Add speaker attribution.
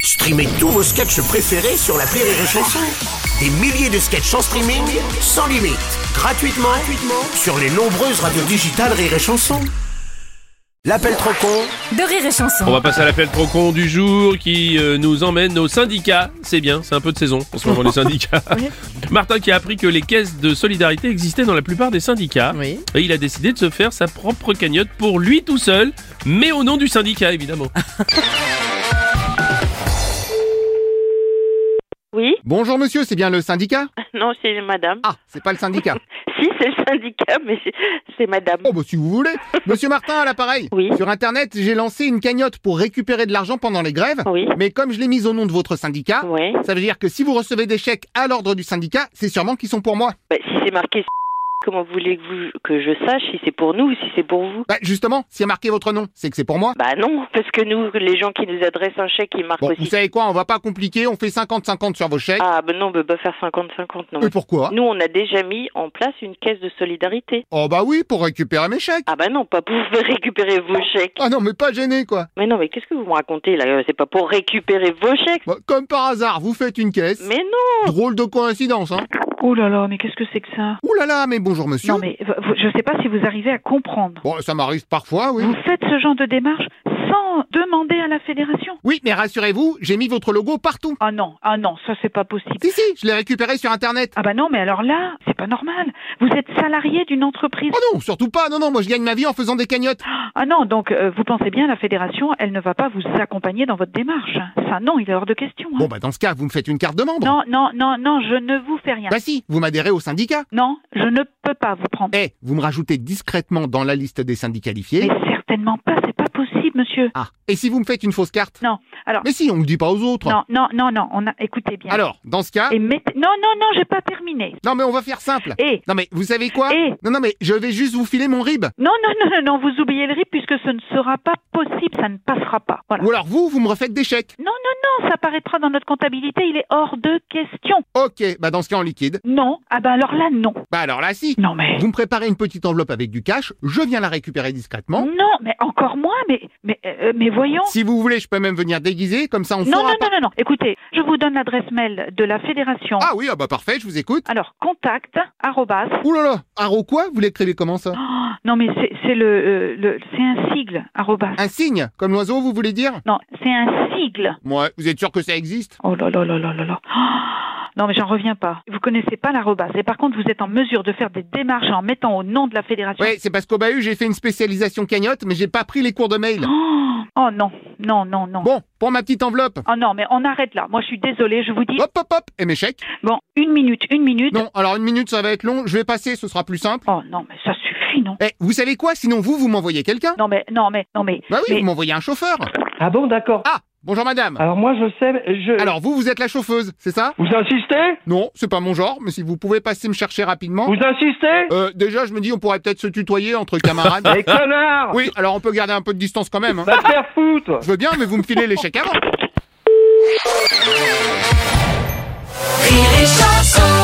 Speaker 1: Streamez tous vos sketchs préférés sur la Rire et Chanson. Des milliers de sketchs en streaming, sans limite, gratuitement, gratuitement sur les nombreuses radios digitales Rire et Chanson. L'appel trop con
Speaker 2: de rire et chanson.
Speaker 3: On va passer à l'appel trop con du jour qui euh, nous emmène au syndicat. C'est bien, c'est un peu de saison en ce moment les syndicats. Martin qui a appris que les caisses de solidarité existaient dans la plupart des syndicats.
Speaker 4: Oui.
Speaker 3: Et il a décidé de se faire sa propre cagnotte pour lui tout seul, mais au nom du syndicat évidemment.
Speaker 5: Oui,
Speaker 6: Bonjour monsieur, c'est bien le syndicat
Speaker 5: non, c'est madame.
Speaker 6: Ah, c'est pas le syndicat.
Speaker 5: Si, c'est le syndicat, mais c'est- c'est madame.
Speaker 6: Oh bah si vous voulez. Monsieur Martin à l'appareil.
Speaker 5: Oui.
Speaker 6: Sur internet, j'ai lancé une cagnotte pour récupérer de l'argent pendant les grèves.
Speaker 5: Oui.
Speaker 6: Mais comme je l'ai mise au nom de votre syndicat,
Speaker 5: Oui,
Speaker 6: ça veut dire que si vous recevez des chèques à l'ordre du syndicat, c'est sûrement qu'ils sont pour moi.
Speaker 5: bah, si c'est marqué, comment voulez-vous que je sache si c'est pour nous ou si c'est pour vous
Speaker 6: Bah justement, s'il y a marqué votre nom, c'est que c'est pour moi.
Speaker 5: Bah non, parce que nous, les gens qui nous adressent un chèque, ils marquent
Speaker 6: Bon, vous
Speaker 5: aussi.
Speaker 6: savez quoi, on va pas compliquer, on fait 50-50 sur vos chèques.
Speaker 5: Ah bah non, on peut pas faire 50-50, non.
Speaker 6: Et pourquoi
Speaker 5: Nous, on a déjà mis en place une caisse de solidarité.
Speaker 6: Oh bah oui, pour récupérer mes chèques.
Speaker 5: Ah bah non, pas pour récupérer vos chèques.
Speaker 6: Ah non, mais pas gêné quoi.
Speaker 5: Mais non, mais qu'est-ce que vous me racontez là C'est pas pour récupérer vos chèques.
Speaker 6: Bah, comme par hasard, vous faites une caisse.
Speaker 5: Mais non
Speaker 6: Drôle de coïncidence, hein.
Speaker 7: Oh là là, mais qu'est-ce que c'est que ça
Speaker 6: Ouh là là, mais bonjour monsieur.
Speaker 7: Non mais v- vous- je ne sais pas si vous arrivez à comprendre.
Speaker 6: Bon, ça m'arrive parfois, oui.
Speaker 7: Vous faites ce genre de démarche sans demander à la fédération
Speaker 6: Oui, mais rassurez-vous, j'ai mis votre logo partout.
Speaker 7: Ah non, ah non, ça c'est pas possible.
Speaker 6: Si, si, je l'ai récupéré sur Internet.
Speaker 7: Ah bah non, mais alors là, c'est pas normal. Vous êtes salarié d'une entreprise.
Speaker 6: Oh non, surtout pas, non, non, moi je gagne ma vie en faisant des cagnottes.
Speaker 7: Ah non, donc euh, vous pensez bien la fédération, elle ne va pas vous accompagner dans votre démarche. Ça non, il est hors de question. hein.
Speaker 6: Bon, bah dans ce cas, vous me faites une carte de membre.
Speaker 7: Non, non, non, non, je ne vous fais rien.
Speaker 6: Bah si, vous m'adhérez au syndicat.
Speaker 7: Non, je ne peux pas vous prendre.
Speaker 6: Eh, vous me rajoutez discrètement dans la liste des syndicats qualifiés.
Speaker 7: Mais certainement pas, c'est pas possible, monsieur.
Speaker 6: Ah, et si vous me faites une fausse carte
Speaker 7: Non, alors
Speaker 6: Mais si, on ne le dit pas aux autres.
Speaker 7: non, non, non, non, on a écoutez bien.
Speaker 6: Alors, hein. dans ce cas...
Speaker 7: Et mettez... Non, non, non, j'ai pas terminé.
Speaker 6: Non, mais on va faire simple.
Speaker 7: Et
Speaker 6: Non, mais vous savez quoi
Speaker 7: Et-
Speaker 6: Non, non, mais je vais juste vous filer mon rib.
Speaker 7: non, non, non, non, non, vous oubliez le RIP puisque ce ne sera pas possible, ça ne passera pas. Voilà.
Speaker 6: Ou alors vous, vous me refaites des chèques.
Speaker 7: Non, non, non, ça paraîtra dans notre comptabilité, il est hors de question.
Speaker 6: Ok, bah dans ce cas en liquide.
Speaker 7: Non, ah ben alors là, non.
Speaker 6: Bah alors là, si.
Speaker 7: Non, mais.
Speaker 6: Vous me préparez une petite enveloppe avec du cash, je viens la récupérer discrètement.
Speaker 7: Non, mais encore moins, mais, mais, euh, mais voyons.
Speaker 6: Si vous voulez, je peux même venir déguisé, comme ça on
Speaker 7: Non,
Speaker 6: saura
Speaker 7: non,
Speaker 6: pas.
Speaker 7: non, non, non. Écoutez, je vous donne l'adresse mail de la fédération.
Speaker 6: Ah oui, ah bah parfait, je vous écoute.
Speaker 7: Alors, contact, arrobas.
Speaker 6: Ouh là là, haro quoi Vous l'écrivez comment ça
Speaker 7: Oh. Non, mais c'est c'est le, euh, le c'est un sigle, arrobas.
Speaker 6: Un signe Comme l'oiseau, vous voulez dire
Speaker 7: Non, c'est un sigle.
Speaker 6: Moi, vous êtes sûr que ça existe
Speaker 7: Oh là là là là là là. Ah Non mais j'en reviens pas. Vous connaissez pas l'arrobas et par contre vous êtes en mesure de faire des démarches en mettant au nom de la fédération.
Speaker 6: Ouais, c'est parce qu'au bahut, j'ai fait une spécialisation cagnotte, mais j'ai pas pris les cours de mail.
Speaker 7: Oh, oh non, non, non, non.
Speaker 6: Bon, pour ma petite enveloppe.
Speaker 7: Oh non mais on arrête là. Moi je suis désolée, je vous dis.
Speaker 6: Hop, hop, hop Et mes chèques
Speaker 7: Bon, une minute, une minute.
Speaker 6: Non, alors une minute, ça va être long, je vais passer, ce sera plus simple.
Speaker 7: Oh non mais ça suffit non.
Speaker 6: Eh, vous savez quoi Sinon vous, vous m'envoyez quelqu'un
Speaker 7: Non mais non mais non mais.
Speaker 6: Bah oui,
Speaker 7: mais-
Speaker 6: vous m'envoyez un chauffeur
Speaker 8: Ah bon, d'accord.
Speaker 6: Ah, bonjour madame
Speaker 8: Alors moi, je sais,
Speaker 7: Euh.
Speaker 8: je...
Speaker 6: Alors vous, vous êtes la chauffeuse, c'est ça
Speaker 8: Vous insistez
Speaker 6: Non, c'est pas mon genre, mais si vous pouvez passer me chercher rapidement...
Speaker 8: Vous insistez
Speaker 6: Euh, déjà, je me dis, on pourrait peut-être se tutoyer entre camarades.
Speaker 8: Les connards
Speaker 6: Euh. Oui, alors on peut garder un peu de distance quand même. hein.
Speaker 8: Va te faire foutre
Speaker 6: Je veux bien, mais vous me filez les chèques avant.
Speaker 2: Rire et chanson.